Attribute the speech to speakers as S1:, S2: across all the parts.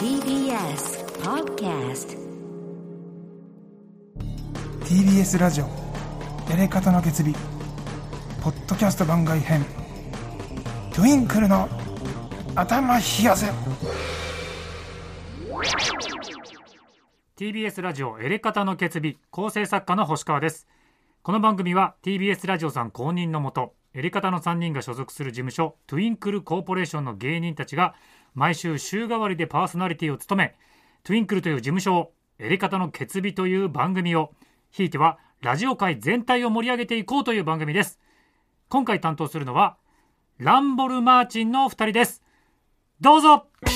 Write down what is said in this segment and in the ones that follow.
S1: TBS Podcast
S2: TBS ラジオやり方の決日ポッドキャスト番外編トゥインクルの頭冷やせ
S3: TBS ラジオエレカタの決日構成作家の星川ですこの番組は TBS ラジオさん公認のもとエレカタの3人が所属する事務所トゥインクルコーポレーションの芸人たちが毎週週替わりでパーソナリティを務めトゥインクルという事務所をエレカタの決日という番組をひいてはラジオ界全体を盛り上げていこうという番組です今回担当するのはランボルマーチンのお二人ですどうぞ
S4: プ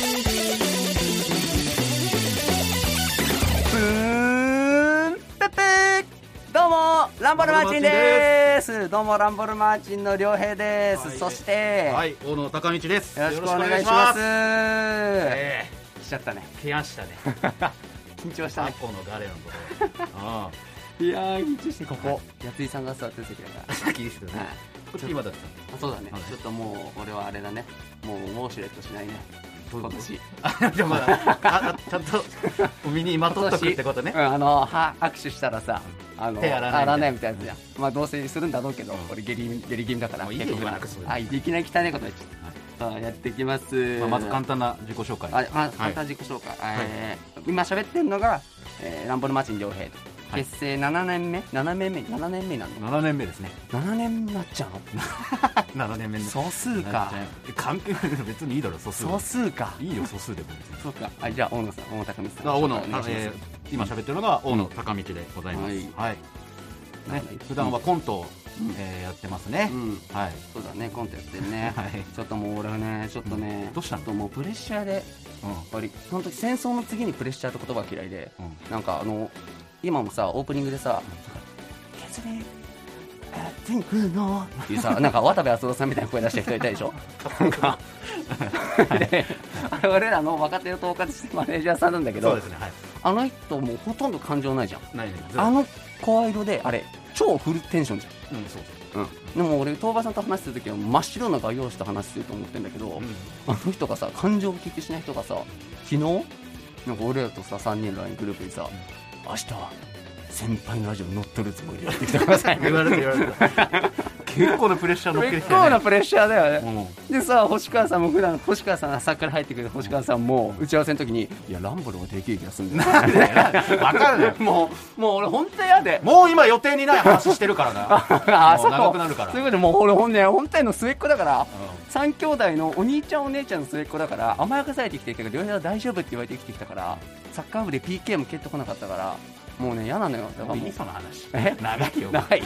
S4: ーンペッペーどうもランボルマーチンですどうもランボルマーチンの良平です、
S5: はい
S4: そして、
S5: はい、大野高道です。
S4: よろしくお願いします
S5: よろしくお願いしえ
S4: しちゃったね
S5: え来ました ね。
S4: 緊張した
S5: タ
S4: ね
S5: コのガレのところ。あ
S4: いやー緊張してここ八井さんが座ってる席だから
S5: あ、さっきですよ
S4: はい
S5: ね。こっち今だったの。
S4: あそうだね、
S5: はい
S4: ちょっともう俺はあれだねもうウォシュレットしないね今年
S5: あ、でもまだ、 あ、あちゃんと、お身にまとっとくってことね
S4: う。ん、あのは握手したらさあの
S5: 手洗わない
S4: みたいなやつじゃんまあどうせするんだろうけど、俺下痢下痢気味だから
S5: もういいよ
S4: 結構
S5: 言わなくてもいい
S4: あいきなり汚いこと言っちゃった、あやっていきます、
S5: まあまず簡単な自己紹介。
S4: あまず簡単に自己紹介、えー今喋ってるのが、えーランボルマーチン良平
S5: はい
S4: 結成7年目7年目7年目なの
S5: 7年目ですね。
S4: 7年になっちゃう
S5: 7年目
S4: の
S5: の。
S4: 素数か
S5: 関係ない 別にいいだろ、素数は。
S4: 素数か
S5: いいよ、素数でも別に。
S4: そうかあじゃあ大野さん大野匠さん
S5: あ大野、
S4: お願いし
S5: え
S4: ます
S5: ー今喋ってるのが大野高道でございま
S4: はい
S5: す。はい。
S4: な
S5: ね
S4: んだ、
S5: 普段はコントを
S4: うん、
S5: えーやってますね
S4: う。ん
S5: はい。
S4: そうだねコントやってるね
S5: はい。
S4: ちょっともう俺はねちょっとね、
S5: うんどうしたの
S4: ちょっともうプレッシャーでやっ
S5: う
S4: ぱり本当に戦争の次にプレッシャーって言葉が嫌いで
S5: ん。うん。
S4: なんかあの今もさオープニングでさ「ケツメ全国の」っていうさなんか渡部篤郎さんみたいな声出した人いたで しょなんかであれ俺らの若手を統括してるマネージャーさんなんだけ
S5: そう
S4: ど
S5: ですね、はい。
S4: あの人もうほとんど感情ないじゃん
S5: ないね。
S4: あの声色であれ超フルテンションじ
S5: うん、そうそう。
S4: ゃん、うん、でも俺東馬さんと話してる時は真っ白な画用紙と話してると思ってるんだけど、あの人がさ感情を聞きしない人がさ昨日なんか俺らとさ3人の LINE グループにさ、明日は先輩のラジオに乗っ取るつもりでやってきてください
S5: 言われて言われて結構なプレッシャー乗っけて
S4: 結
S5: きた
S4: 構
S5: よ
S4: な
S5: ね
S4: プレッシャーだよね、
S5: うん
S4: でさ星川さんも普段星川さん朝から入ってくる星川さんも打ち合わせの時に「いやランボルも定期駅休んで」
S5: 分かるね
S4: も うもう俺本当嫌で
S5: もう今予定にない話してるからな
S4: あ
S5: も
S4: そうこ
S5: 長くなるから
S4: そういうことでもう俺本当本体の末っ子だから
S5: う
S4: 三兄弟のお兄ちゃんお姉ちゃんの末っ子だから甘やかされてきてるけど両親は大丈夫って言われて生きてきたからサッカー部で PK も蹴ってこなかったからもうね嫌なのよだから
S5: ん
S4: も
S5: いういその話
S4: え
S5: 長いよ
S4: ない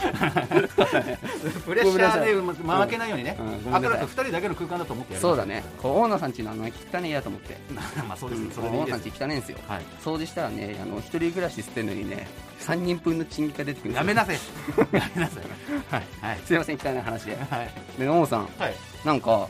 S5: プレッシャーでうまく負けないようにね
S4: うんごめんなさ
S5: あ
S4: い
S5: くらく2人だけの空間だと思ってやる
S4: そうだねこう大野さんちのあの汚ねやと思って、
S5: まあそう
S4: う
S5: ですね
S4: ん
S5: それでい
S4: 大野
S5: いで
S4: さん
S5: す
S4: ち汚ねんすよ
S5: はい
S4: 掃除したらねあの一人暮らししてるのにね3人分の賃金が出てくるんですよ
S5: やめなさいやめなさいはいはい
S4: すいません汚い話 で
S5: はい
S4: で大野さん
S5: はい
S4: なんか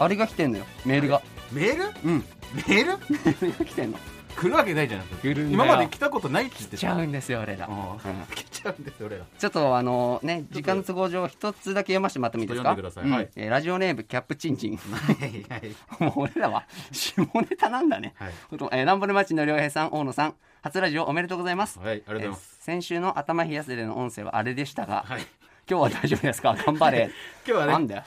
S4: あれが来てんのよメールが
S5: メール
S4: うん
S5: メール
S4: メールが来てんの
S5: 来るわけないじゃん
S4: 来るんだよ
S5: 今まで来たことないっつって
S4: 来ちゃうんですよ俺ら、
S5: うん
S4: うん
S5: 来ちゃうんです俺ら
S4: ちょっとあのね時間の都合上一つだけ読ませてもらってもいいですか
S5: ちょっと
S4: う
S5: 読
S4: ん
S5: でください
S4: んえーラジオネームキャップチンチン
S5: はいはい
S4: もう俺らは下ネタなんだね、
S5: はい
S4: ほんとえーランボルマッチの良平さん大野さん初ラジオおめでとうございます、
S5: はいありがとうございます
S4: えー先週の頭冷やせでの音声はあれでしたが、
S5: はい
S4: 今日は大丈夫ですか頑張れ
S5: 今日はね
S4: なんだよ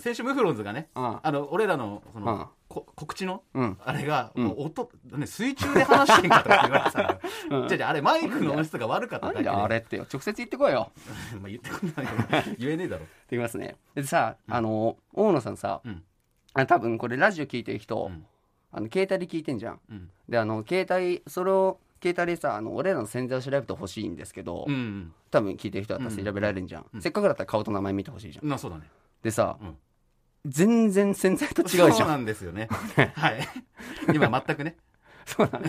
S5: 先週ムフロンズがね、
S4: うん
S5: あの俺らのその、
S4: うん
S5: こ告知の、
S4: うん
S5: あれが、
S4: ん
S5: もう音、ね、水中で話してんかとかって言われてたの
S4: う
S5: よ
S4: ん
S5: じゃじゃあれマイクの音質が悪かった
S4: な
S5: だ
S4: ん
S5: けで
S4: であれってよ直接言ってこいよ
S5: まあ言ってくんないよ言えね えだろ
S4: できますねでさあの大野さんさ、
S5: うん
S4: あ多分これラジオ聞いてる人、
S5: うん
S4: あの携帯で聞いてんじゃん
S5: うん、
S4: であの携帯それを携帯でさあの俺らの潜在を調べてほしいんですけど、
S5: うん
S4: 多分聞いてる人だったら調べられるんじゃん、せっかくだったら顔と名前見てほしいじゃん
S5: まあそうだね
S4: でさ、
S5: うん
S4: 全然潜在と違うじゃん
S5: そうなんです よねはい今全くね
S4: そうなの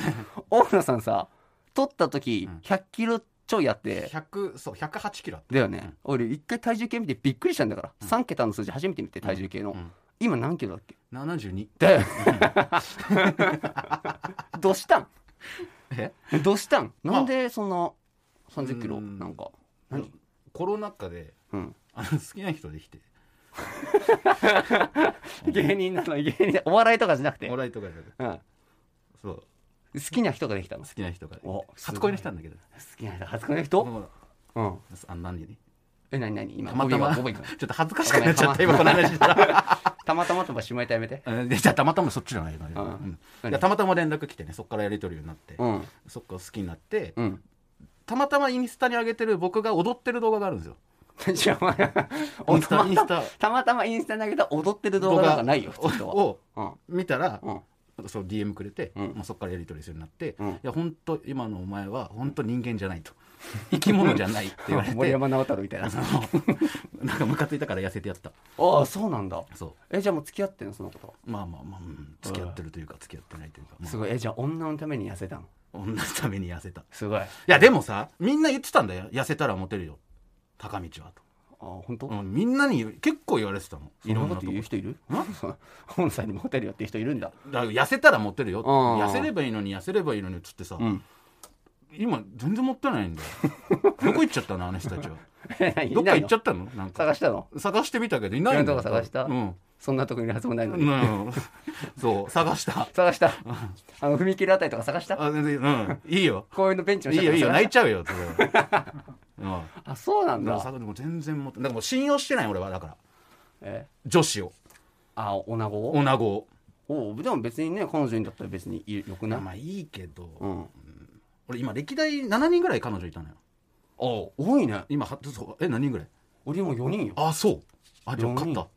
S4: 大野さんさ撮った時
S5: うん
S4: 100キロちょいあって、
S5: 100そう108キロあった
S4: だよね、俺一回体重計見てびっくりしたんだから、3桁の数字初めて見て体重計の、
S5: うん
S4: 今何キロだっけ
S5: 72
S4: だよどうしたん
S5: え
S4: どうしたん
S5: あ
S4: なんでそんな30キロ
S5: うん
S4: なんか何
S5: コロナ禍で
S4: うん
S5: あの好きな人できて
S4: 芸人なのに芸人お笑いとかじゃなくて、う
S5: お
S4: ん、好
S5: 笑いとかじゃなくてそう好
S4: きな人ができたの好
S5: きな人が
S4: お
S5: 初恋の人なんだけど
S4: きな人初恋の人、
S5: もう
S4: うん、
S5: あ何に
S4: え何何今
S5: たまたま
S4: 語尾が語尾が
S5: ちょっと恥ずかしくなっちゃった今この話したら
S4: たまたまとかしまいたやめて
S5: うんいやじゃあたまたまそっちじゃないのよ、
S4: うん
S5: うんいやたまたま連絡来てねそっからやり取りになって、
S4: うん
S5: そっから好きになって、
S4: うん
S5: たまたまインスタに上げてる僕が踊ってる動画があるんですよ
S4: じゃあお前
S5: インスタインスタ
S4: たまたまインスタに上げた踊ってる動画なんかないよ普通とは
S5: を見たら、
S4: うん
S5: そう DM くれて、
S4: うん
S5: まあ、そこからやり取りするようになって「
S4: うん
S5: いや本当今のお前は本当人間じゃない」 と「生き物じゃない」って言われ
S4: 森
S5: て
S4: 山直太朗みたいな
S5: あのなんかムカついたから痩せてやった
S4: ああそうなんだ
S5: そ
S4: えじゃあもう付き合ってんのそのこと
S5: うまあまあまあ、うん付き合ってるというか付き合ってないというか、ますあ、
S4: ごいえじゃあ女のために痩せたの
S5: 女のために痩せたい
S4: すごいあ
S5: やでもさみんな言ってたんだよ痩せたらモテるよ高道はと、
S4: 本当
S5: うん、みんなに結構言われてたの
S4: い
S5: い
S4: ろ
S5: ろ
S4: ん
S5: ん
S4: なこと
S5: な
S4: と
S5: こ
S4: 言う人いるそう本さんにモテるよっていう人いるんだ
S5: だから痩せたらモテるよって
S4: うん
S5: 痩せればいいのに痩せればいいのにっつってさ、
S4: ん
S5: 今全然持ってないんだよどこ行っちゃったのあの人たちはど
S4: ど
S5: っか行っちゃ
S4: っ
S5: ったのなんか
S4: 探したの
S5: 探してみたけどいないんだよ
S4: いろんなとこ探した
S5: うん、
S4: そんなとこにいるはずもないの
S5: う
S4: に
S5: ん、 そう探した
S4: 探した あの踏切あたりとか探した
S5: あ全然うんい いよ
S4: 公園のベンチの
S5: い
S4: 下
S5: い
S4: とか
S5: よいいよ
S4: 探
S5: 泣
S4: し
S5: いちゃうよそれは
S4: たあそうな
S5: うんんだから
S4: だ
S5: さでも全然持ってだからもう信用してない俺はだから
S4: え
S5: 女子を
S4: あ女子を
S5: 女子を
S4: おでも別にね彼女にだったら別にいいよくない
S5: まあいいけど、
S4: うん
S5: 俺今歴代7人ぐらい彼女いたのよ
S4: お多いね
S5: 今はそうえ何人ぐらい
S4: 俺も4人よ
S5: あそうあじゃあ勝った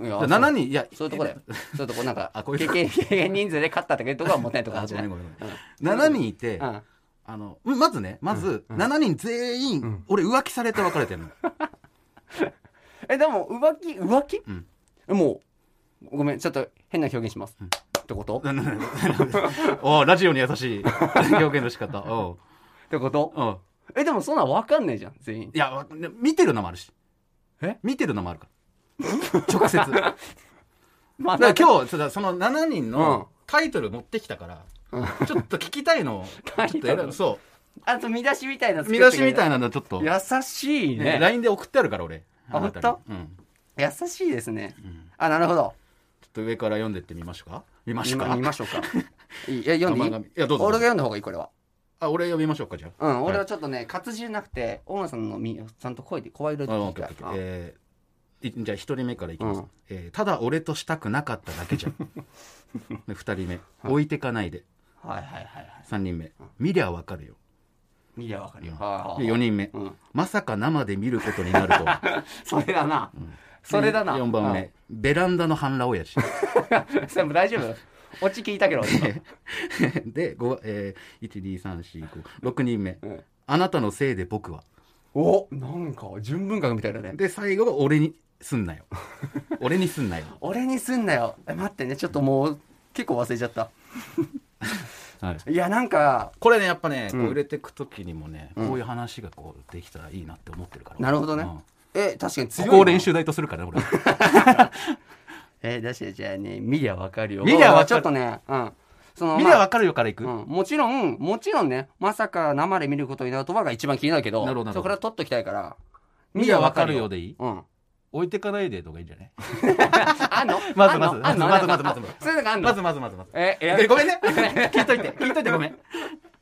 S4: いや
S5: 7人いや
S4: そういうとこだよそういうとこなんか
S5: あこうい
S4: 経
S5: うとこ
S4: 験経験人数で勝ったとかいうとこはもったいないとこか
S5: あ
S4: もし
S5: ご
S4: れ
S5: め
S4: なんい
S5: ごめん7人いて、
S4: うん
S5: あのうんまずねまず7人全員、俺浮気されて別れてるの、
S4: えでも浮気浮気、
S5: ん
S4: もうごめんちょっと変な表現します、ってことっ
S5: なななおラジオに優しい表現の仕方お
S4: てこと
S5: うおう
S4: えでもそんなん分かんねえじゃん全員
S5: いやわ見てるのもあるし
S4: え
S5: 見てるのもあ るから直接だか
S4: まあ
S5: ら
S4: 日
S5: 今日そのその7
S4: う
S5: 人
S4: ん
S5: のタイトル持ってきたから、ちょっと聞きたいのを
S4: タイ
S5: ちょ
S4: ト
S5: っ
S4: ル
S5: と選ぶそ
S4: あと見出しみたいな
S5: う見出しみたい
S4: い
S5: なのちょっと、ね、
S4: 優しいね
S5: LINE で送ってあるから俺
S4: あ
S5: なたに
S4: 本
S5: うん
S4: 優しいですね、あなるほど
S5: ちょっと上から読んでってみましょうか見ましょう
S4: 今
S5: か
S4: 見ましょうか いいや読んでいい
S5: 甘神いやどうぞ
S4: 俺が読んだ方がいいこれは
S5: あ俺読みましょうかじゃあ
S4: うん、俺は
S5: ち
S4: ちょっとね、活字じゃなくて、大野さんのみちゃんと声で声色で
S5: ょっと
S4: 聞
S5: オッ
S4: き
S5: ケー
S4: たい
S5: オッケーオッケーえーいじゃあ一人目からいきます、
S4: うん
S5: えーただ俺としたくなかっただけじゃ んで二人目置いてかないで
S4: あはいはいはいはい。
S5: 三人目見りゃわかるよ
S4: 見りゃわかるよ。
S5: で四人目、
S4: うん
S5: まさか生で見ることになるとは
S4: それだな。 それだな。
S5: で四番目、ベランダの半裸親父
S4: うん。それも大丈夫。オチ聞いたけど。俺
S5: で五えー、1 2 3 4 5六人目、
S4: うん
S5: あなたのせいで僕は
S4: おなんか、純文学みたいだね。
S5: で最後が俺にすん なよ俺にすんなよ
S4: 俺にすんなよ。え、待ってね、ちょっともう、結構忘れちゃった。
S5: はい
S4: いや、なんか、
S5: これねやっぱね、
S4: ん
S5: こう売れてく時にもね、こういう話がこうできたらいいなって思ってるから
S4: なるほどね
S5: うんこ。
S4: え、確かに強いな。
S5: こを練習台とするからね俺
S4: え、だし、じゃあね、見りゃわかるよ。
S5: 見りゃわかる
S4: ちょっとね、うん。そ の、
S5: 見りゃ
S4: まあ
S5: 分かるよからいく、
S4: うん、もちろん、もちろんね、まさか生で見ることになるとはが一番気になるけど、
S5: なるほどなるほど
S4: そこれは取っときたいから。
S5: 見りゃ分かるよでいい
S4: うん。
S5: 置いてかないでとかいいん じゃない
S4: あんの
S5: まずまず
S4: あんの
S5: まず
S4: あんの
S5: まずまずまず
S4: そういうのがあんの
S5: まずまずまずまず
S4: え、え
S5: でごめんね聞いといて聞いといてごめん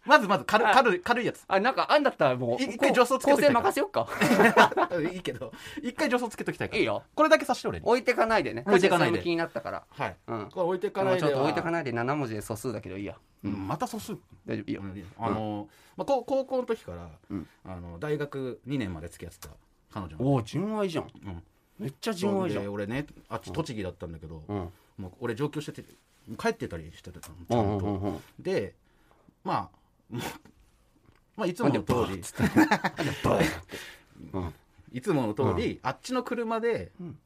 S5: まずまず軽軽い軽いやつ
S4: あ、なんかあんだったらもう、
S5: い一回
S4: こう
S5: 助走つけ
S4: 構
S5: とき
S4: 成
S5: たいから
S4: 任せよっか。
S5: いいけど一回助走つけときたいから
S4: いいよ
S5: これだけさして俺に
S4: 置いてかないでね。
S5: 置いてかな
S4: 確にそ
S5: いで
S4: れも気になったから。
S5: はい、
S4: うん
S5: これ置いて
S4: で
S5: かな
S4: も
S5: い
S4: ちょ
S5: では
S4: っと置いてかないで7文字で素数だけどいいや。
S5: うんまた素数
S4: 大丈夫、いいよ。
S5: あのまあ、こう高校の時から、
S4: ん
S5: あの大学2年まで付き合ってた彼女の
S4: おお、純愛じゃん。
S5: ん
S4: めっちゃ純愛じゃ
S5: で
S4: ん。
S5: 俺ねあっち栃木だったんだけど、
S4: うん。
S5: もう俺上京してて帰ってたりしてたのち
S4: う
S5: ゃ
S4: ん
S5: ん
S4: う
S5: と、
S4: んうんうん。
S5: でまあもうまあいつ
S4: な
S5: も
S4: んで
S5: の
S4: バ
S5: 通
S4: ーッ
S5: り
S4: つったのなんでバーッって。うん。
S5: いつもの通り、あっちの車で、
S4: ん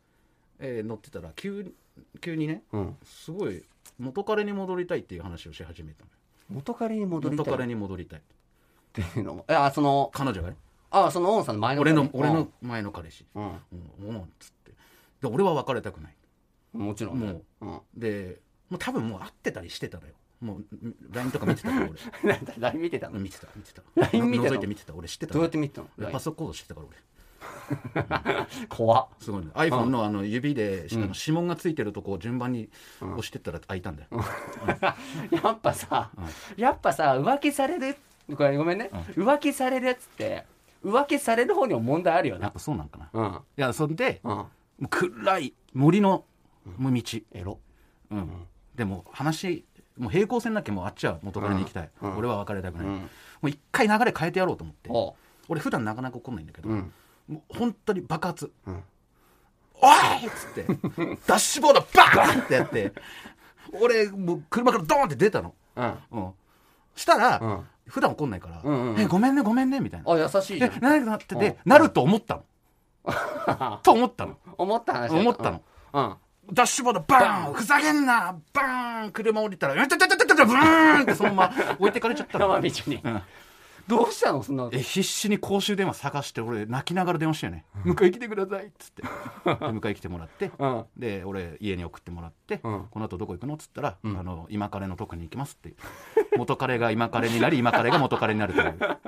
S5: えー乗ってたら急に急にね
S4: うん。
S5: すごい元彼に戻りたいっていう話をし始めたの
S4: 元彼に戻りた
S5: 元
S4: い。
S5: 彼に戻りたい
S4: っていうのも。いや、その、
S5: 彼女がね
S4: あ、その大野さんの前の彼
S5: 俺の俺の前の彼氏、
S4: うん。
S5: うんうんっつってで俺は別れたくない
S4: うん。もちろん。
S5: も
S4: うん。
S5: でもう多分もう会ってたりしてたのよもう LINE とか見てたから俺
S4: なんだ、LINE 見てたの
S5: 見てた見てた
S4: LINE 見てたの
S5: 覗いて見てた俺知ってた
S4: どうやって見てたの
S5: 俺パソコンしてたから
S4: 怖っ
S5: すごいね iPhone のあの指で下の指紋がついてるとこを順番に押してったら開いたんだよ、
S4: やっぱさ、やっぱさ浮気されるこれごめんね、浮気されるやつって浮気される方にも問題あるよ
S5: やっ
S4: な
S5: ぱそうなんかな、い
S4: うん
S5: やそんで、
S4: うん
S5: もう暗い森のもう道、
S4: エロ
S5: うんでも話もう平行線なきゃもうあっちは元彼に行きたい、俺は別れたくない、もう一回流れ変えてやろうと思って、
S4: おう
S5: 俺普段なかなか怒んないんだけど、
S4: ん
S5: もう本当に爆発「おい!」っつって ダッシュボードバーンってやって俺もう車からドーンって出たの、
S4: うんあ
S5: うん、したら、
S4: ん
S5: 普段怒んないから
S4: ん
S5: 「
S4: うんうん
S5: えごめんねごめんね」みたいな「
S4: 優しいじゃ
S5: え
S4: ん
S5: なるなってて、
S4: うん
S5: なると思ったのと思ったの
S4: 思った話だ
S5: 思ったの、
S4: うん
S5: ダッシュボードバーンふざけんなバーン車降りたら「うんててててててブーン!」ってそのまま置いてかれちゃったの
S4: 山道 に、どうしたのそんなの
S5: え必死に公衆電話探して俺泣きながら電話したよね「迎え来てください」っつってで迎え来てもらって、
S4: うん
S5: で俺家に送ってもらって「
S4: うん
S5: この後どこ行くの?」っつったら、あの「今彼の特に行きます」って元彼が今彼になり今彼が元彼になるという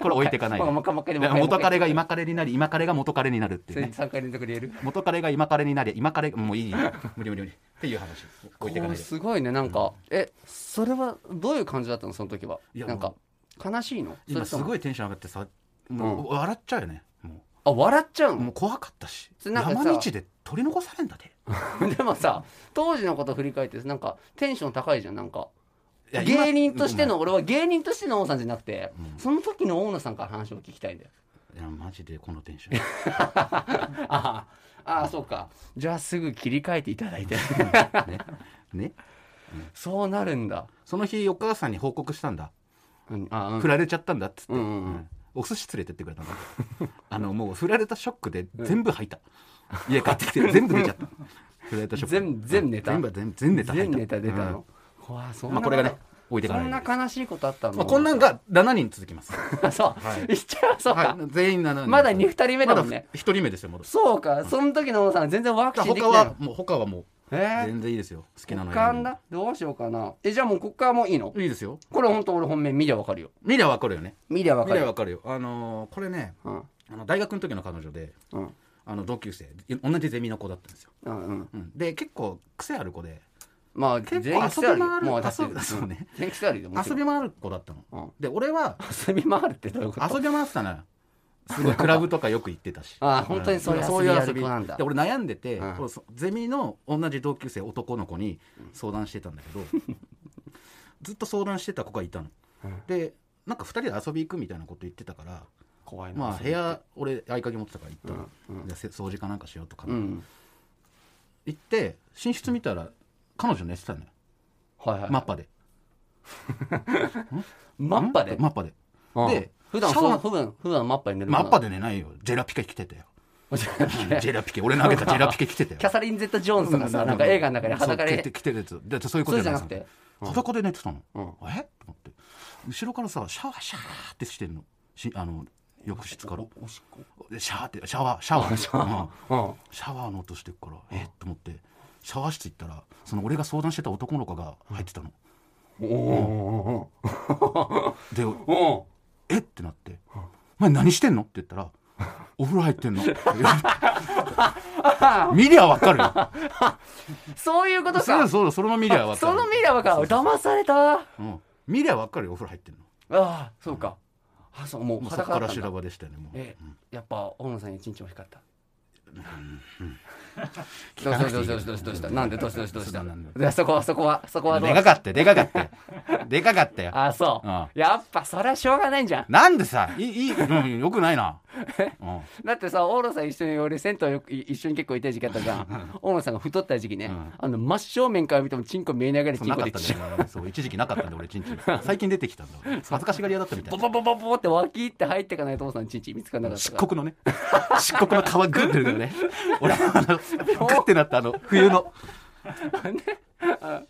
S5: これ置いていかないで
S4: もうもう一回もう一回
S5: だから元彼が今彼になり今彼が元彼になるってい
S4: そうれ
S5: ね
S4: 3回連続で言える
S5: 元彼が今彼になり今彼もういい無理無理無理っていう話置いていか
S4: お
S5: ない
S4: ー
S5: です
S4: ごいねなんか、えそれはどういう感じだったのその時はい
S5: や
S4: なんか悲しいのそ
S5: 今
S4: れ
S5: す
S4: とも
S5: ごいテンション上がってさもう笑っちゃうよねも
S4: あ笑っちゃう
S5: うもう
S4: の
S5: 怖かったし
S4: それなんか
S5: 山
S4: さ
S5: 道で取り残されんだで
S4: でもさ当時のこと振り返ってなんかテンション高いじゃんなんか
S5: いや今
S4: 芸人としての俺は芸人としての大野さんじゃなくて、その時の大野さんから話を聞きたいんだよ
S5: いやマジでこのテンション
S4: ああああそうかじゃあすぐ切り替えていただいて
S5: ね ね
S4: そうなるんだ
S5: その日お母さんに報告したんだ
S4: うんあうん
S5: 振られちゃったんだっつって、
S4: うんうんうん
S5: うんお寿司連れてってくれたのあのもう振られたショックで全部吐いた、家買って きて全部出ちゃった振られたショック
S4: 全全ネタ
S5: 全部全全ネタ入っ
S4: 全ネタ出たの、わあそんな
S5: まあこれがね置いてか
S4: そ
S5: ない
S4: ん
S5: で
S4: な悲しいことあったの、
S5: まあ、こんなんが7人続きます
S4: あそう、
S5: はい
S4: 言っちゃ うそうか、
S5: はい全員7人
S4: まだ二二人目だもんね
S5: まだ1人目ですよまだ
S4: そうかその時の小野さんは全然ワクチンでき
S5: 他
S4: てない
S5: はもう他はもう
S4: えー
S5: 全然いいですよ好きなの
S4: 他
S5: 選んで
S4: だどうしようかなえじゃあもうこっからもういいの
S5: いいですよ
S4: これ本当俺本命見りゃわかるよ
S5: 見りゃ分かるよね
S4: 見りゃわ
S5: 見
S4: か
S5: り
S4: る
S5: ゃ
S4: よ
S5: 分かるよあのーこれね
S4: うん
S5: あの大学の時の彼女で
S4: うん
S5: あの同級生同じゼミの子だったんですよ、
S4: うんうん
S5: うん、で結構癖ある子で
S4: まあ
S5: 結構
S4: 全員癖あるよ
S5: 遊び回る
S4: もうだって
S5: 遊びそうね
S4: 全員癖あるよもち
S5: 遊
S4: ろん
S5: び回る子だったの、
S4: うん
S5: で俺は
S4: 遊び回るってどういうこと
S5: 遊び回ってたのよすごいクラブとかよく行ってたし
S4: あー本当にそういう遊びやる子なんだ
S5: で俺悩んでて、
S4: うん
S5: こうそゼミの同じ同級生男の子に相談してたんだけど、ずっと相談してた子がいたの、でなんか2人で遊び行くみたいなこと言ってたから
S4: 怖いな
S5: まあ部屋俺合鍵持ってたから行ったの、
S4: うんうん
S5: でせ掃除かなんかしようとか、
S4: うん
S5: 行って寝室見たら彼女寝てたのよ
S4: はいはい
S5: マッパで
S4: マッパで
S5: マッパで、
S4: うん
S5: で
S4: 普段
S5: シャワ
S4: そう
S5: ー
S4: 普段普段マッパで寝る
S5: マッパ
S4: で
S5: で寝ないよジェラピケ着てたよ
S4: キ
S5: ジェラピケ俺投げたジェラピケ着てたよ
S4: ャサリン・ゼッタ・ジョーンズとかさなんか映画の中で裸
S5: そう着て
S4: で
S5: 着てるやつでそういうことじゃな
S4: そう
S5: く
S4: じゃな
S5: て
S4: くて
S5: 裸で寝てたの、
S4: うん
S5: えと思って後ろからさシャワーシャーってしてんのしあの浴室からでシャーってシャワーシャワーシャワー、う
S4: う
S5: ん
S4: ん
S5: シャワーの音してるからえっと思ってシャワー室行ったらその俺が相談してた男の子が入ってたの、
S4: お
S5: で
S4: ーお
S5: えってなって「お前何してんの?」って言ったら「お風呂入ってんの?」って言われ て見りゃわかるよ
S4: ーそういうこと
S5: それ
S4: か
S5: はそうだそのまま見りゃわか
S4: そ
S5: る
S4: のミラーか騙された
S5: うん、見りゃわかるよお風呂入ってんの
S4: ああそうか、あそうもう
S5: もうそこか
S4: 裸だ
S5: ら
S4: ったん
S5: 修
S4: だ
S5: 羅場でしたよねもう、
S4: えやっぱ大野さんに一日も光った
S5: 聞かなくて
S4: ど
S5: いうい
S4: した
S5: か
S4: どう
S5: ら
S4: したどうしたどうしたなんでどうしたどうしたどうした
S5: そうなんだよ
S4: でそこはそこはそこはどう
S5: でかかったよでかかったよでかかったよ
S4: あそう、
S5: うん
S4: やっぱそれはしょうがないんじゃん
S5: なんでさいいいい、うん、よくないな、うん
S4: だってさ大野さん一緒に俺銭湯よくい一緒に結構いた時期あったじゃん大野さんが太った時期ね、
S5: ん
S4: あの真正面から見てもチンコ見えないぐらい
S5: そ
S4: チ
S5: う
S4: ン
S5: な
S4: コ
S5: かっ
S4: で
S5: たんだよねそう一時期なかったんで俺ちん ちん最近出てきたんだ俺恥ずかしがり屋だったみた
S4: ボ
S5: い
S4: ボボボボって脇って入ってかないと大野さんチンチン見つからなか
S5: な
S4: った
S5: 漆
S4: から
S5: 黒のね漆黒の皮グってる よね俺あのグってなったあの冬の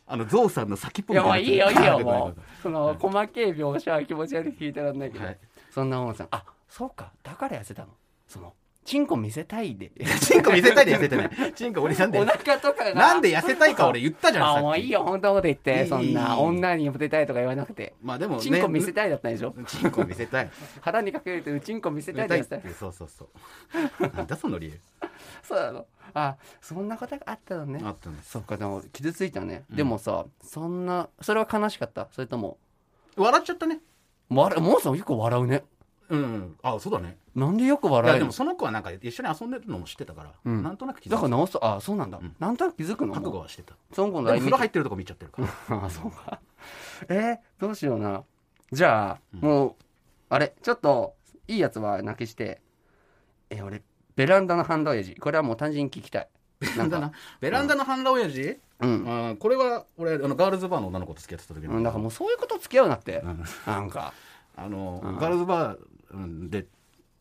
S5: あのゾウさんの先っぽ
S4: い
S5: み
S4: やも
S5: た
S4: う
S5: いない
S4: いよいいよ
S5: ごめん
S4: も
S5: ごめんごめん
S4: うその細けい描写は気持ち悪く聞いてらんないけど、
S5: はい
S4: そんな大野さんあそうかだから痩せたのそのチンコ見せたいで。
S5: チンコ見せたいで痩せて ない。チンコ俺なんで
S4: お、腹とかが。
S5: なんで痩せたいか俺言ったじゃん。
S4: あ、
S5: さっき
S4: もういいよ、本当のこと言って、そん
S5: いいい
S4: な、
S5: い
S4: 女にモテたいとか言わなくて。
S5: まあでもね
S4: チンコ見せたいだったんでしょ
S5: チンコ見せたい。
S4: 腹にかけるとチン コ見せ
S5: 見
S4: た
S5: せ
S4: い
S5: た
S4: です
S5: いって。そうそうそう。なんだその理由。
S4: そうなの。あ、そんなことがあったのね。
S5: あった んです。
S4: そっか、でも傷ついたね。
S5: ん
S4: でもさ、そんな、それは悲しかったそれとも、
S5: 笑っちゃったね。
S4: 笑モーさんよく笑うね。
S5: うん。あ、そうだね。
S4: なんでよく
S5: い
S4: 笑
S5: や
S4: え
S5: で
S4: る
S5: もその子はなんか一緒に遊んでるのも知ってたから、
S4: うん
S5: なんとなく気づい
S4: だ
S5: た
S4: から直す、あ、そうなんだ
S5: うん。
S4: なんとなく気づくの
S5: 覚悟はしてた。
S4: その子の
S5: でも
S4: LINE
S5: 風
S4: 見
S5: 呂
S4: て
S5: 入ってるとこ見ちゃってる から。
S4: あそうか。えーどうしような。じゃあ、
S5: ん
S4: もう、あれ、ちょっと、いいやつはなくして、え、俺、ベランダのハンドエイジ。これはもう単純に聞きたい。
S5: ベランダな。ベランダの半裸親父、
S4: うん。
S5: あーこれは俺あのガールズバーの女の子と付き合ってた時
S4: う
S5: の。
S4: ん、だからもうそういうこと付き合うなって。
S5: うん
S4: なんか。
S5: あの、
S4: うん
S5: ガールズバーうんで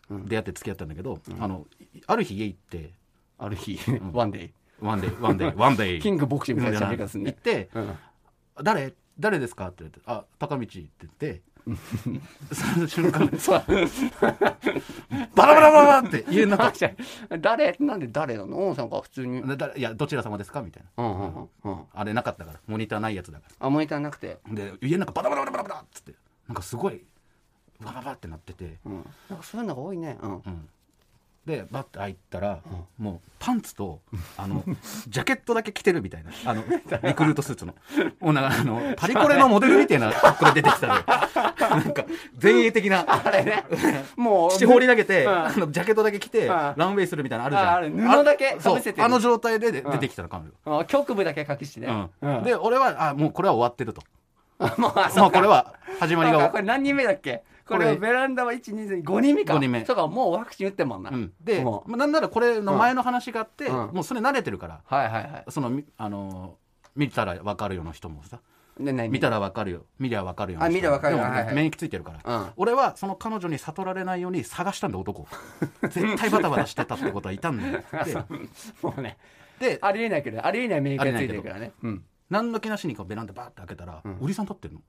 S4: うん
S5: 出会って付き合ったんだけど、あのいある日家行って
S4: ある日、ワンデイ。
S5: ワンデイワンデイワ ンデイ
S4: キングボクシングみたいな喋り方すん
S5: 行っ
S4: ね。
S5: て
S4: うん。
S5: 「誰誰ですか?」って言って「あ高道」って言 ってその瞬間
S4: そう。
S5: バラバラバラバラって 家の中
S4: 確かに誰なんで誰なのなんか普通に。うん
S5: で誰いやどちら様ですか?」みたいな
S4: うんうんうん。
S5: あれなかったからモニターないやつだか
S4: あ、モニターなくて。
S5: らで家の中バラバラバラバラバラっつってなんかすごいバラバラってなってて、
S4: うん。なんかそういうのが多いね。うん。
S5: うんでバッて入ったら、もうパンツとあ のジャケットだけ着てるみたいなあのリクルートスーツのもうなんかあのパリコレのモデルみたいな格好で出てきたのよ なんか前衛的な
S4: あれ ね。もう。
S5: 父放り投げて、
S4: うん
S5: あのジャケットだけ着
S4: うん
S5: て、ランウェイするみたいなの
S4: あ
S5: あ
S4: あ
S5: る
S4: る
S5: じゃん
S4: 布だけ
S5: そう
S4: 被せてる
S5: あの状態でで出てきたの彼女、
S4: あ局部だけ隠してね。
S5: うん
S4: うん
S5: で俺はあもうこれは終わってると
S4: もうあ
S5: も
S4: そう
S5: うこれは始まりが
S4: これ何人目だっけこれ
S5: これ
S4: ベランダは1、2、3、5人目か。
S5: 五人目
S4: そうか、もうワクチン打ってんもんな。
S5: うん、で、
S4: もう
S5: まあ、なんならこれの前の話があって、
S4: うん
S5: もうそれ慣れてるから、
S4: はいはいはい。
S5: そのみあのー見たらわかるよの人もさ
S4: で、何
S5: 見たらわかるよ見りゃわかるよの人
S4: あ見りゃわかるよ
S5: でも
S4: はいはい
S5: 免疫ついてるから、
S4: うん
S5: 俺はその彼女に悟られないように探したんだ男を絶対バタバタしてたってことはいたんだよ
S4: もうね、
S5: でで
S4: ありえないけど、ありえない免疫がついてるからね。うん。
S5: 何の気なしにこうベランダバーって開けたら、おじさん立ってるの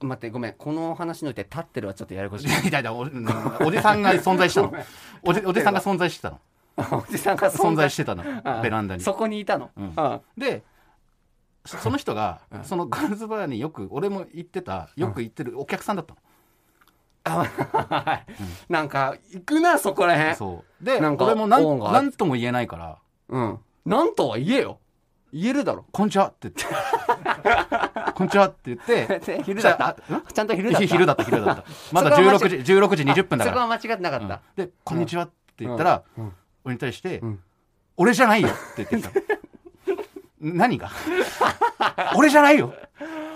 S4: 待って、ごめん。この話において立ってるはちょっとややこ しい
S5: い。やいやいやおおじさんが存在したのおじおじさんが存在してたの
S4: おじさんが
S5: 存在してたのベランダに
S4: そこにいたの。
S5: うん
S4: あ
S5: でそその人が、そのガールズバーによく俺も行ってたよく行ってるお客さんだったの、
S4: あなんか、行くな、そこらへん。
S5: そうで
S4: なんか
S5: 俺もな
S4: 恩
S5: ん
S4: があ
S5: なんとも言えないから
S4: うん。なんとは言えよ。言えるだろ
S5: 「。こんにちは」って言って「 こんにちは」って言って
S4: で昼だった
S5: そしたら
S4: ちゃんと昼だった。
S5: 昼だった昼だったまだ
S4: そこは間違
S5: 16時16時20分だ
S4: そ
S5: か
S4: こ
S5: ら
S4: は間違ってなかった。
S5: で「こんにちは」って言ったら、
S4: うんうん
S5: 俺に対して、
S4: ん
S5: 俺じゃないよ」って言ってきたの何が俺じゃないよ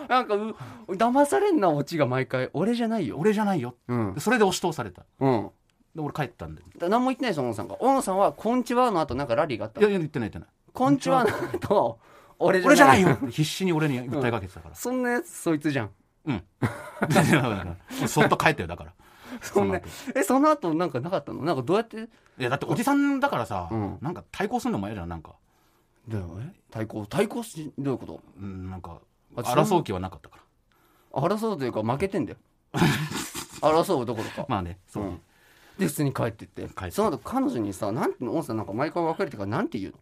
S4: なんかう、騙されんな、オチが毎回。俺じゃないよ。
S5: 俺じゃないよ、
S4: うん
S5: で。それで押し通された
S4: うん。
S5: で俺帰ったんだよ
S4: だ何も言ってないですよ、小野さんが。小野さんは、こんちはの後、なんかラリーがあった
S5: いやいや言ってない言ってない
S4: こんちはの後、俺
S5: 俺じ
S4: じゃ
S5: ゃ
S4: な
S5: ないい
S4: よ。
S5: よ必死に俺に訴えかけてたから
S4: そんなやつ、そいつじゃん。
S5: うん、だから そっと帰ったよだから
S4: そんな
S5: その、
S4: え、その後、なんかなかったのなんかどうやって、
S5: いやだっておじさんだからさ、
S4: うん
S5: なんか対抗するのも嫌じゃんなんか、
S4: だよね。対抗、対抗し、どういうこと
S5: うん、なんか
S4: あ
S5: 争う気はなかったから
S4: 争うというか、負けてんだよ。争うどころか。
S5: まあねそうね、
S4: で、普通に帰ってって
S5: 帰って。
S4: その後、彼女にさ、なんて、小野さんなんか毎回別れてから、なんて言うの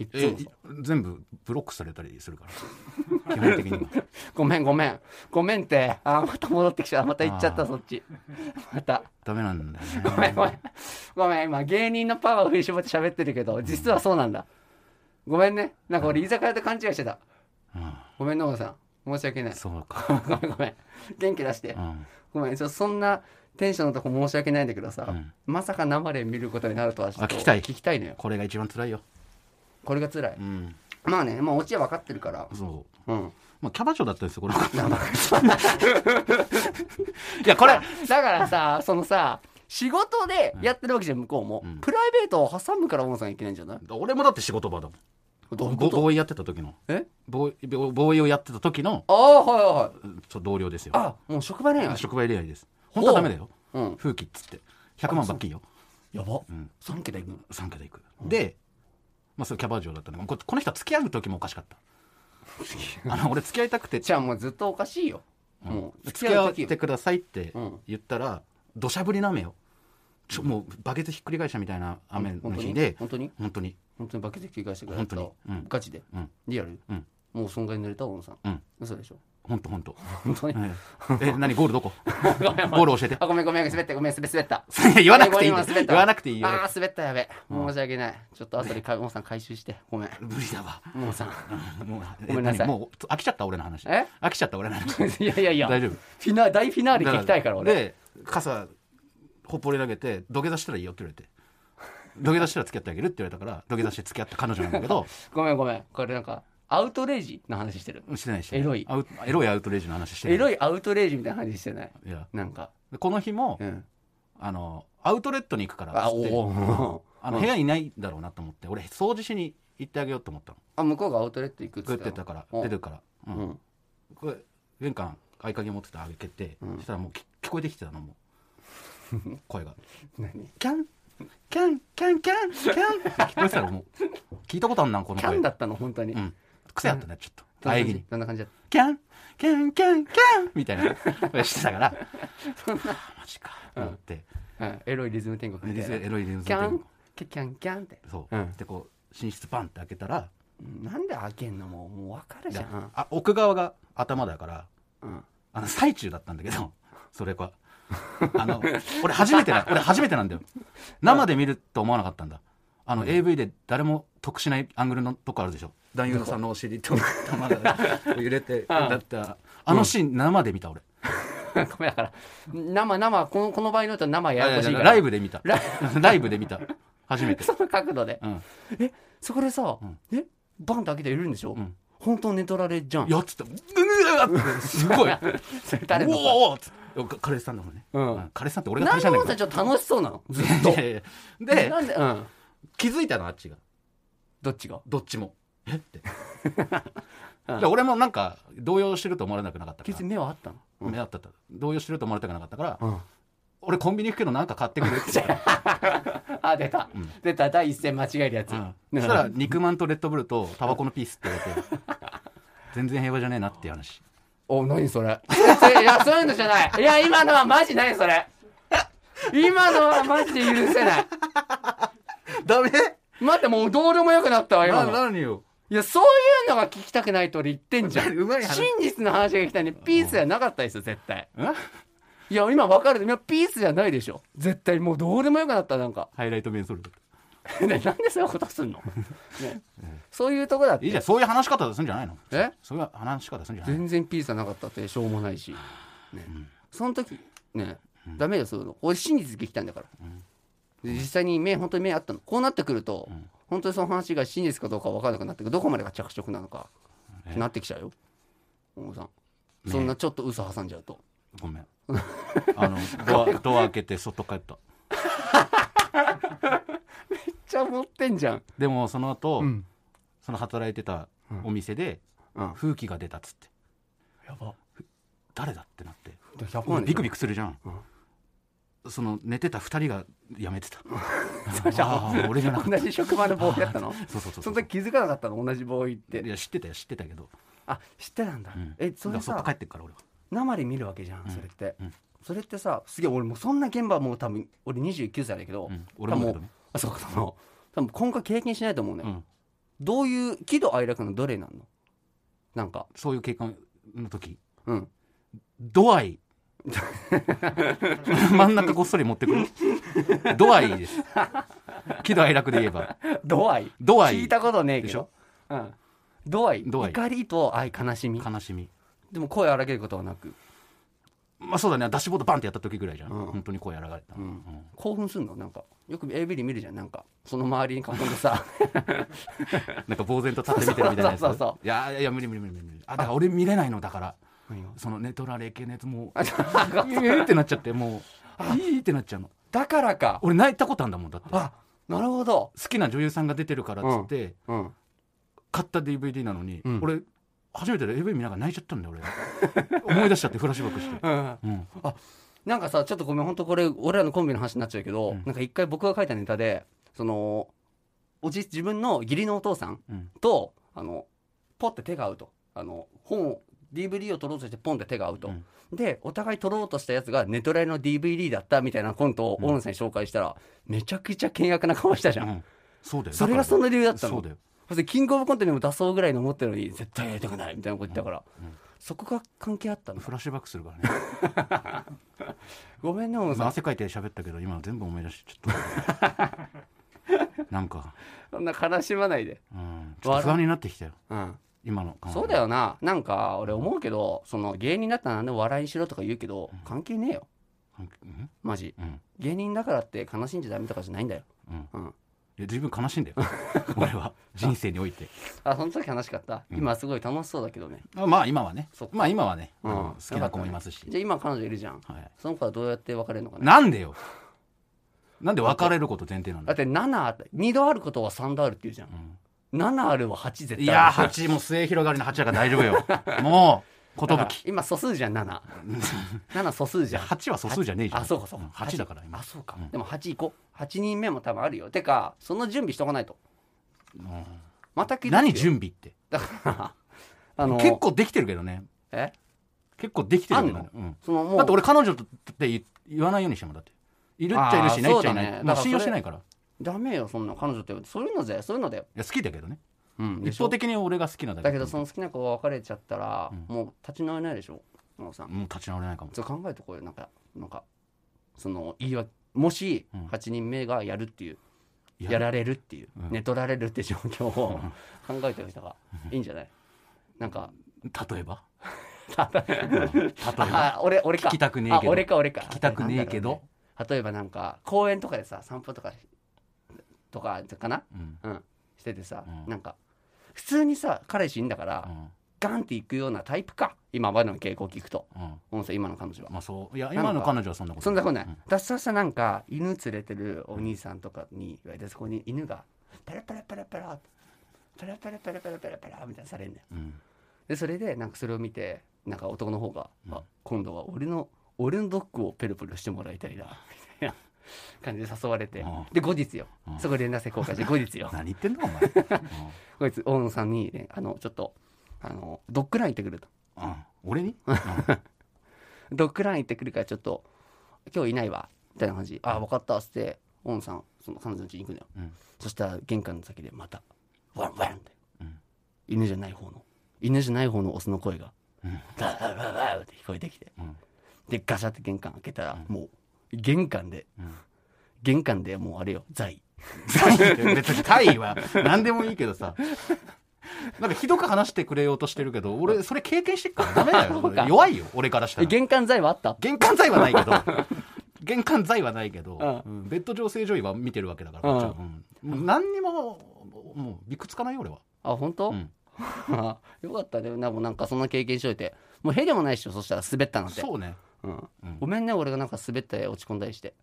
S4: いっつ
S5: え
S4: もさ。
S5: 全部ブロックされたりするから基本的には
S4: ごめんごめんごめんってあーまた戻ってきたまた行っちゃったそっちまた
S5: ダメなんだよね
S4: ごめんごめんごめん今芸人のパワーを振り絞って喋ってるけど実はそうなんだごめんねなんか俺居酒屋と勘違いしてた
S5: うん
S4: ごめん野川さん申し訳ない
S5: そう
S4: ご
S5: か、
S4: めんごめん元気出して
S5: うん、
S4: ごめんちょそんなテンションのとこ申し訳ないんだけどさ、
S5: うん
S4: まさか生で見ることになるとは
S5: あ聞きたい
S4: 聞きたいのよ
S5: これが一番辛いよ
S4: これが辛い、
S5: うん
S4: まあねもうオチは分かってるから
S5: そう
S4: うん
S5: まあキャバ嬢だったんですよこの子
S4: だか
S5: いやこれ
S4: らだからさそのさ仕事でやってるわけじゃん向こうも、
S5: うん
S4: プライベートを挟むから小野さんいけないんじゃない
S5: 俺もだって仕事場だもん
S4: どういう
S5: ボ
S4: こと
S5: ボーイやってた時の
S4: え
S5: ボーイボボーイをやってた時の
S4: ああはいはいはい
S5: ちょ同僚ですよ
S4: あもう職場恋愛
S5: 職場恋愛です本当はダメだよ
S4: うん
S5: 風紀っつって100万罰金よ
S4: やば、
S5: うん
S4: 3桁いくの
S5: 3桁いく、で、まあ、それキャバ嬢だったのここの人は付き合う時もおかしかったあの 俺付き合いたくて
S4: じゃあもうずっとおかしいよ、
S5: うん
S4: もう
S5: 付き合って
S4: 時
S5: くださいって
S4: うん
S5: 言ったら土砂降りの雨よちょもうバケツひっくり返したみたいな雨の
S4: 本当
S5: 日
S4: に
S5: で
S4: 本当に
S5: 本当に
S4: 本当にバケツひっくり返してくれた
S5: 本当にうん
S4: ガチで、
S5: うん
S4: リアル、
S5: うん
S4: もう損害濡れた小野さん、
S5: うん
S4: 嘘でしょ
S5: 本当本当
S4: 本当に、
S5: えええ何ゴールどこ ゴール教えて
S4: あごめんごめん滑ってごめん滑滑った
S5: いや言わなくていい
S4: ごめんごめん滑った
S5: 言わなくていいよ
S4: ああ滑ったやべ申し訳ないちょっと後で か小野さん回収してごめん
S5: 無理だわ
S4: 小野さん
S5: もう
S4: ごめんなさい
S5: え何もう飽きちゃった俺の話
S4: え
S5: 飽きちゃった俺の話
S4: いやいやいや
S5: 大丈夫
S4: フィナ大フィナーレ聞きたいから俺
S5: で傘ほっぽり投げて土下座したらいいよって言われて土下座したら付き合ってあげるって言われたから土下座して付き合った彼女なんだ けど
S4: ごめんごめんこれなんかアウトレイジの話してる
S5: してないして
S4: エロい
S5: アウエロいアウトレイジの話してる
S4: エロいアウトレイジみたいな話してない
S5: いや
S4: なんか
S5: でこの日も、
S4: うん
S5: あのアウトレットに行くから
S4: あ
S5: っつって
S4: おー
S5: あの部屋いないだろうなと思って俺掃除しに行ってあげようと思ったの
S4: あ向こうがアウトレット行くっ
S5: 食
S4: つ
S5: っ
S4: ってて
S5: たから
S4: うん
S5: 出てるから、うん
S4: うん
S5: これ玄関合鍵持ってたあげけて、
S4: うん
S5: そしたらもうき聞こえてきてたのもう 声が
S4: 何
S5: キャンキャンキャンキャンキャンって聞こえてたらもう聞いたことあんなんこの
S4: キ
S5: 声
S4: ャンだったの本当に
S5: うん癖あったねちょっと
S4: どんな
S5: 喘
S4: 感
S5: ぎ
S4: じ
S5: に
S4: どんな感じだっ
S5: キャンキャンキャンキャンみたいな 声してたからマジかと思って、
S4: たうんエロいリズム天国みたいな
S5: エロいリズム
S4: キャン
S5: 天国
S4: キャキャンキャンって
S5: そう、
S4: うん
S5: でこう寝室バンって開けたら
S4: なんで開けんのもうもう分かるじゃん
S5: あ奥側が頭だから
S4: うん
S5: あの最中だったんだけどそれはあ の俺初めてだ俺初めてなんだよ生で見ると思わなかったんだあの AV で誰も得しないアングルのとこあるでしょ男優のさんのお尻と頭が揺れてだったあのシーン生で見た俺
S4: ごめんだから生生このこの場合のと生ややこしいから
S5: ライブで見た
S4: ラ
S5: ライブで 見た初め て
S4: その角度で
S5: うん
S4: そこでさ
S5: ん
S4: えバンって開けているんでしょ
S5: ん
S4: 本当寝取られじゃん
S5: やっつってうううってす ごい
S4: それ 誰の声
S5: おおっつって彼氏さんだもんね
S4: うん
S5: うん彼氏さんって俺が
S4: なん
S5: 彼氏
S4: で
S5: さんだ
S4: も
S5: けど
S4: さちょっと楽しそうなのずっ
S5: い やいやいや
S4: と
S5: で
S4: なんでうん
S5: 気づいたのあっちが
S4: どっちが
S5: どっちもえ って、
S4: ん
S5: で俺もなんか動揺してると思われなくなかったか
S4: 別
S5: ら
S4: に目はあったの
S5: 目立ったった動揺してると思われたくなかったから、
S4: うん
S5: 俺コンビニ行くけどなんか買ってくるって言っ たか
S4: あ出た出た第一線間違えるやつ
S5: ら、うんそしたら肉まんとレッドブルとタバコのピースって言わ れて全然平和じゃねえなっていう話
S4: お、何それ。それいや、そういうのじゃない。いや、今のはマジないそれ。今のはマジで許せない。
S5: ダメ
S4: 待って、もうどうでもよくなったわ、今の。
S5: 何よ
S4: いや、そういうのが聞きたくないと俺言ってんじゃ ん。
S5: うまい話
S4: 真実の話が聞きたいね。ピースじゃなかったですよ、絶対。
S5: ん
S4: いや、今分かる。今、ピースじゃないでしょ。絶対、もうどうでもよくなった、なんか。
S5: ハイライトメンソールだった
S4: ねなんでそういうことすんの、ね、そういうとこだって。
S5: いいじゃんそういう話し方するんじゃないの
S4: え
S5: そういう話し方するんじゃないの
S4: 全然ピースじゃなかったって、しょうもないし。ね、その時、ね、ダメよ、そういうの。俺、真実聞きたいんだから。で実際に目、本当に目あったの。こうなってくると、本当にその話が真実かどうか分からなくなってくる。どこまでが着色なのか、なってきちゃうよ。小野さん。そんなちょっと嘘挟んじゃうと。
S5: ごめんあのドアドア開けて外帰った
S4: じゃあ持ってんじゃん。
S5: でもその後、
S4: ん
S5: その働いてたお店で
S4: うん
S5: 風紀が出たっつって
S4: やば。
S5: 誰だってなって
S4: 100万
S5: ビク
S4: ビ
S5: ビクするじゃん、その寝てた2人がやめてた ああ俺じゃなかっ
S4: 同じ職場のボーイだったの
S5: た そうそうそう
S4: その時気づかなかったの同じボーイっ
S5: い
S4: て。
S5: や知ってたよ知ってたけど、
S4: あ、知ってたんだ。
S5: うん
S4: え、そ
S5: だ
S4: れ
S5: からそっ
S4: さ
S5: と帰、ってっから俺は
S4: 生で見るわけじゃん、それって、
S5: うん
S4: それってさすげえ俺もうそんな現場もう多分俺29歳だけど、
S5: うん俺もだ
S4: 多
S5: けど
S4: 分
S5: ね
S4: あそうかその多分今回経験しないと思うね、
S5: うん
S4: どういう喜怒哀楽のどれなのなんか
S5: そういう経験の時
S4: うん
S5: 度合い真ん中ごっそり持ってくる度合いです喜怒哀楽で言えば
S4: 度合い
S5: 度合い
S4: 聞いたことねえけど
S5: でしょ
S4: うん、度合い
S5: 度合い
S4: 怒りと愛悲しみ
S5: 悲しみ
S4: でも声荒げることはなく
S5: まあそうだねダッシュボードバンってやった時ぐらいじゃん、
S4: うん
S5: 本当に声やられた、
S4: ん
S5: うん
S4: 興奮するのなんかよく AV で見るじゃんなんかその周りに囲んでさ
S5: なんか呆然と立って見てるみたいなやつ
S4: そうそうそうそ
S5: いやいやいや無理無理無理無理あだから俺見れないのだから
S4: 何 が
S5: その寝取られ系のやつもういいってなっちゃってもういいってなっちゃうの
S4: だからか
S5: 俺泣いたことあんだもんだって好
S4: あなるほど
S5: きな女優さんが出てるからっつって、
S4: うん
S5: 買った DVD なのに、
S4: うん
S5: 俺初めて AV 見ながら泣いちゃったんだよ俺思い出しちゃってフラッシュバックして、
S4: うん
S5: うん、
S4: なんかさちょっとごめん本当これ俺らのコンビの話になっちゃうけど、なんか一回僕が書いたネタでそのおじ自分の義理のお父さん
S5: うん
S4: とあのポッて手が合うとあの本を DVD を取ろうとしてポンって手が合うと、
S5: うん
S4: でお互い取ろうとしたやつがネトライの DVD だったみたいなコントを大野さんに紹介したら、めちゃくちゃ険悪な顔したじゃん、
S5: うんそうだよ
S4: それがその理由だったの
S5: そうだよ
S4: そしてキングオブコントにも出そうぐらいの思ってるのに絶対やりたくないみたいなこと言ったから、そこが関係あったの
S5: フラッシュバックするからね
S4: ごめんね大野
S5: まあ
S4: さん
S5: 汗かいて喋ったけど今全部思い出してちょっ となんか、
S4: そんな悲しまないで、
S5: うん、ちょっと不安になってきたよ
S4: うん、
S5: 今の感じ
S4: そうだよななんか俺思うけどその芸人だったら何でも笑いにしろとか言うけど関係ねえよ
S5: うん
S4: マジ
S5: うん
S4: 芸人だからって悲しんじゃダメとかじゃないんだよ
S5: うん
S4: うん
S5: いや十分悲しい んだよ俺は人生において
S4: あその時悲しかった今すごい楽しそうだけどね
S5: あまあ今はね
S4: そっか
S5: まあ今はね、
S4: うん
S5: 好きな子もいますし、
S4: じゃあ今彼女いるじゃん
S5: はい、
S4: その子はどうやって別れるのかね
S5: なんでよなんで別れること前提なん
S4: だ
S5: だ
S4: って7あった2度あることは3度あるっていうじゃん7あるは8絶対
S5: いやー
S4: ある
S5: 八も末広がりの八だから大丈夫 よもう
S4: だか
S5: 寿
S4: ら今素数じゃん77 7素数じゃん
S5: 八は素数じゃねえじゃん
S4: あそうかそうか
S5: 八だから今
S4: あそうか
S5: うん
S4: でも8行こう8人目も多分あるよてかその準備しとかないとまた気づくよ
S5: 何準備って
S4: だからあの
S5: 結構できてるけどね
S4: え
S5: 結構できてるけど
S4: あん
S5: ね
S4: の、
S5: うん
S4: そのもう
S5: だって俺彼女とって言言わないようにしてもんだっているっちゃいる
S4: あー
S5: しいないっちゃいな
S4: そうだね
S5: い
S4: だ
S5: も
S4: から
S5: う
S4: それ
S5: 信用してないからい
S4: ダメよそんな彼女ってそういうのだよそういうのだよ、
S5: や好きだけどね
S4: うん、
S5: 一方的に俺が好きなだけ
S4: だけどその好きな子が別れちゃったら、
S5: うん
S4: もう立ち直れないでしょ小野さん
S5: もう立ち直れないかも
S4: それ考えとこうよなんかなんかその言い訳もし
S5: うん
S4: 8人目がやるっていう、
S5: や
S4: やられるっていう、
S5: うん
S4: 寝取られるって状況を考えておいた方がいいんじゃないなんか
S5: 例え ば
S4: ただ
S5: 例えば
S4: ああ俺俺か
S5: 聞きたくねえけど
S4: あ俺か俺か
S5: 聞きたくねえけど
S4: 例えばなんか公園とかでさ散歩とかとかかな、
S5: うん
S4: うん、しててさ、
S5: うん
S4: なんか普通にさ彼氏いんだから、
S5: うん
S4: ガンっていくようなタイプか今までの傾向聞くと
S5: うん
S4: 小野さん今の彼女は、
S5: まあそういや
S4: んか
S5: 今の彼女はそんなこと
S4: そんなことない、
S5: う
S4: 私はさなんか犬連れてるお兄さんとかに言われてそこに犬がパラパラパラパラパラパラパラパラパラパラみたいなのされんね
S5: うん
S4: でそれでなんかそれを見てなんか男の方が、
S5: うん
S4: あ今度は俺の俺のドッグをペロペロしてもらいたいなみたいな感じで誘われて、
S5: うん
S4: で後日よ、
S5: うん
S4: そこ連絡先交換して後日 よ
S5: 何言ってんのお 前うん
S4: こいつ大野さんに、ね、あのちょっとあのドッグラン行ってくると
S5: うん俺に
S4: ドッグラン行ってくるからちょっと今日いないわみたいな感じああ分かったっつってオンさんその彼女の家に行くのよ、
S5: うん
S4: そしたら玄関の先でまたワンワンって、
S5: うん
S4: 犬じゃない方の犬じゃない方のオスの声が、
S5: うん
S4: ダーダーダーダーって聞こえてきて、
S5: うん
S4: でガシャって玄関開けたら、もう玄関で、
S5: ん
S4: 玄関でもうあれよ在
S5: タイって別にタイは何でもいいけどさなんかひどく話してくれようとしてるけど俺それ経験してっからダメだ よ
S4: そうか
S5: 弱いよ俺からしたら
S4: 玄関在はあった
S5: 玄関罪はな いけど玄関罪はないけど、
S4: う
S5: うんベッド上正常位は見てるわけだから、
S4: うん
S5: こっちはうんもう何にももう理屈かないよ俺は、
S4: あ本当、
S5: うん
S4: よかったねなんかなんかそんな経験しといてもうへでもないっしょそしたら滑ったなんて
S5: そうね、
S4: うん
S5: うん
S4: ごめんね俺がなんか滑って落ち込んだりして、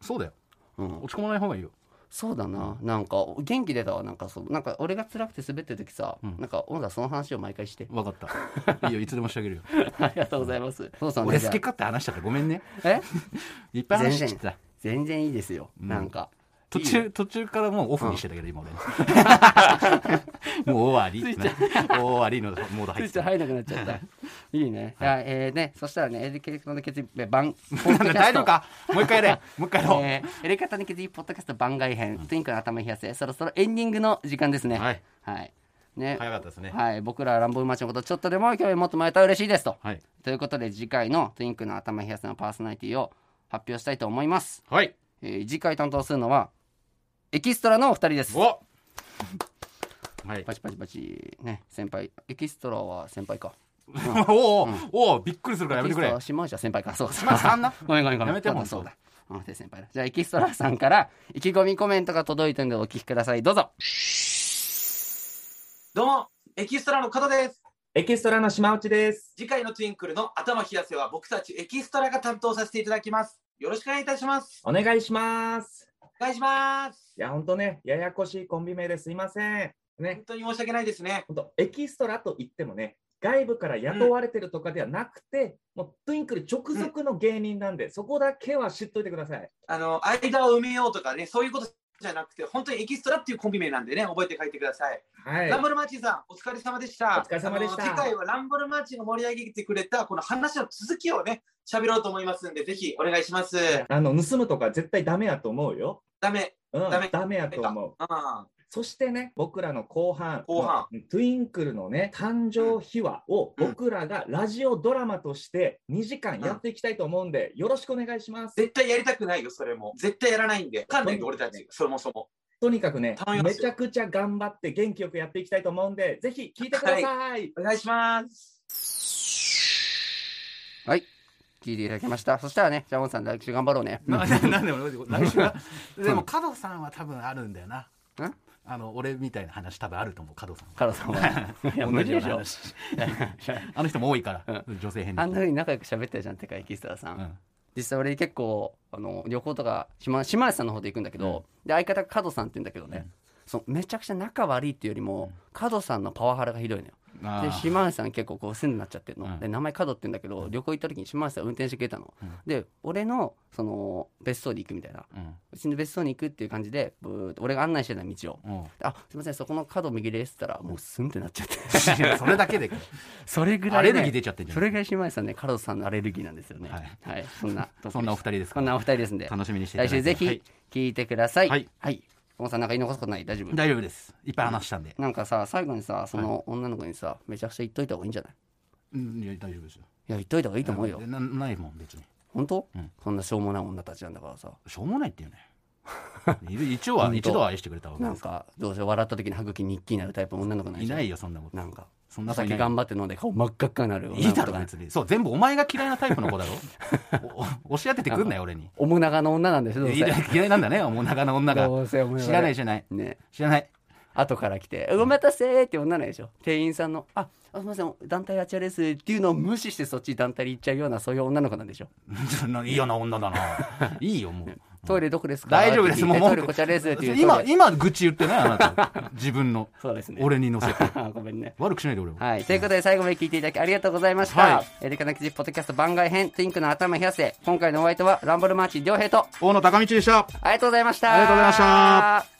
S5: そうだよ
S4: うん、
S5: 落ち込まない方がいいよ
S4: そうだななんか元気出たわなんかそうなんか俺が辛くて滑ってる時さ、
S5: うん
S4: なんか小野田その話を毎回して
S5: 分かっ たいいよいつでも してあげるよ
S4: ありがとうございます そうさんね
S5: 俺
S4: じゃ
S5: 好
S4: あ
S5: き勝手話したからごめんね
S4: え
S5: いっぱい話してた
S4: 全然いいですよ、
S5: うん
S4: なんか
S5: 途
S4: いい
S5: 中途中からもうオフにしてたけど、今俺 もう終わり終わりのモード
S4: よちょ
S5: 入って
S4: っと
S5: た
S4: 入らなくなっちゃったいいね、はい、えーねそしたらねエレケタの決意番
S5: なんだ大丈夫かもう一回やれもう一回やろう、
S4: えー、エレカタに気づいポッドキャスト番外編、トゥインクの頭冷やせそろそろエンディングの時間ですね
S5: はい、
S4: はいね
S5: 早かったですね
S4: はい、僕ら乱暴マッチのことちょっとでも興味持ってもらえたら嬉しいですと、
S5: はい
S4: ということで次回のトゥインクの頭冷やせのパーソナリティを発表したいと思います、
S5: はい
S4: えー次回担当するのはエキストラのお二人です
S5: おはい
S4: パチパチパチね先輩エキストラは先輩か
S5: おお、おおびっくりするからやめてく
S4: エキストラ
S5: れ
S4: は。島内は先輩かそうか
S5: 島内さんな
S4: ごめんごめんごめん
S5: やめて
S4: も
S5: も
S4: う
S5: う
S4: そうだうんで先輩だじゃあエキストラさんから意気込みコメントが届いてるのでお聞きくださいどうぞ
S6: どうも、エキストラの方です。
S7: エキストラの島内です。
S6: 次回のツインクルの頭冷やせは僕たちエキストラが担当させていただきます。よろしくお願いいたします。
S7: お願いします。
S6: お願いします。
S7: いや、ほんとね、ややこしいコンビ名ですいません。ね
S6: 本、当に申し訳ないですね。
S7: ほんと、エキストラと言ってもね、外部から雇われてるとかではなくて、もうトゥインクル直属の芸人なんで、そこだけは知っといてください。
S6: あの、間を埋めようとかね、そういうことじゃなくて、本当にエキストラっていうコンビ名なんでね、覚えて書いてください。
S7: はい
S6: ランボルマーチンさん、お疲れ様でした。
S7: お疲れ様でした
S6: あの次回はランボルマーチンが盛り上げてくれた、この話の続きをね、喋ろうと思いますんで、ぜひお願いします。
S7: あの盗むとか絶対ダメやと思うよ。
S6: ダメ。
S7: うん、
S6: ダメ
S7: ダメやと思う。
S6: うん。
S7: そしてね、僕らの後半、
S6: 後半
S7: うんトゥインクルのね、誕生秘話を
S6: うん
S7: 僕らがラジオドラマとして2時間やっていきたいと思うんで、よろしくお願いします。
S6: 絶対やりたくないよ、それも。絶対やらないんで。わかんないんで、俺たち、そもそも。
S7: とにかくね
S6: 頼み、ま
S7: め
S6: すよ
S7: ちゃくちゃ頑張って元気よくやっていきたいと思うんで、ぜひ聞いてください。
S6: お願いします。
S4: はい。聞いていただきました。そしたらね、ジャモンさん来週頑張ろう ね。
S5: ななんで俺来週はでも角さんは多分あるんだよな
S4: うん
S5: あの俺みたいな話多分あると思う角さん
S4: カロさん は。 いや、
S5: は
S4: 無理でしょ。
S5: 話 あの人も多いから、女性編
S4: あんな
S5: う
S4: 風に仲良く喋ってるじゃん、てか、エキストラさん。
S5: ん
S4: 実際俺結構、あの、旅行とか、島、島根さんの方で行くんだけど、で、相方が角さんって言うんだけどね、そのめちゃくちゃ仲悪いっていうよりも、角さんのパワハラがひどいのよ。
S5: あ
S4: で
S5: ー
S4: 島根さん結構こう線になっちゃってるの、
S5: うん
S4: で名前角って言うんだけど、旅行行った時に島根さん運転してくれたの、
S5: うん
S4: で俺のその別荘に行くみたいな
S5: うん
S4: うちの別荘に行くっていう感じでブーッと俺が案内してた道を
S5: うん
S4: 「あすいませんそこの角右です」って言ったらもうスンってなっちゃって
S5: いやそれだけで
S4: そ れぐらい
S5: ア
S4: ね、
S5: レルギー出ちゃってんじゃん
S4: それぐらい島根さんね角さんのアレルギーなんですよね
S5: は
S4: はいい、そんな
S5: そんなお二人です
S4: こんなお二人ですんで
S5: 楽しみにしていただ
S4: 来
S5: いて
S4: 週ぜ
S5: はい
S4: ひ聞いてください
S5: はい
S4: はい、小野さんなんか言い残すことない大丈夫
S5: 大丈夫ですいっぱい話したんで、
S4: なんかさ最後にさその女の子にさめちゃくちゃ言っといた方がいいんじゃない
S5: うんいや大丈夫ですよ
S4: いや言っといた方がいいと思うよ
S5: なないもん別に
S4: 本当、
S5: うん
S4: そんなしょうもない女たちなんだからさ
S5: しょうもないっていうね い一応は
S4: 本当
S5: 一度は愛してくれたわけ
S4: な
S5: で
S4: ん
S5: すか
S4: かどうせ笑った時に歯茎に日記になるタイプの女の子
S5: ら
S4: ない
S5: い
S4: じゃん
S5: ないよそんなこと
S4: なんか
S5: そんな
S4: お
S5: 子い
S4: 酒
S5: ない
S4: 頑張って飲んで顔真っ赤っかになる
S5: いいだろ
S4: 女の子とか
S5: 別
S4: ね
S5: にそう全部お前が嫌いなタイプの子だろおお押し当ててくんなよ俺に
S4: おもながの女なんでしょどうせ
S5: 嫌い嫌いなんだねもう長の女が
S4: どうせおもなが
S5: 知らない知らない
S4: ね
S5: 知らない
S4: 後から来て「お待たせ」って女ないでしょ店員さんの「ああすみません団体あちらです」っていうのを無視してそっち団体に行っちゃうようなそういう女の子なんでしょ、
S5: そんな嫌な女だないいよもう
S4: トイレどこですか
S5: 大丈夫で
S4: っ
S5: す
S4: て聞
S5: も
S4: いうてトイレ
S5: 文句
S4: こちらですっていう
S5: 今
S4: トイレ
S5: 今愚痴言ってないあなた自分の
S4: そうですね
S5: 俺に乗せて
S4: ごめんね
S5: 悪くしないで俺を
S4: はい。ということで、最後まで聞いていただきありがとうございました。
S5: はい
S4: エレカナキジポッドキャスト番外編、ティンクの頭冷やせ。今回のお相手は、ランボルマーチン良平と、
S5: 大野高道でした
S4: ありがとうございました。
S5: ありがとうございました。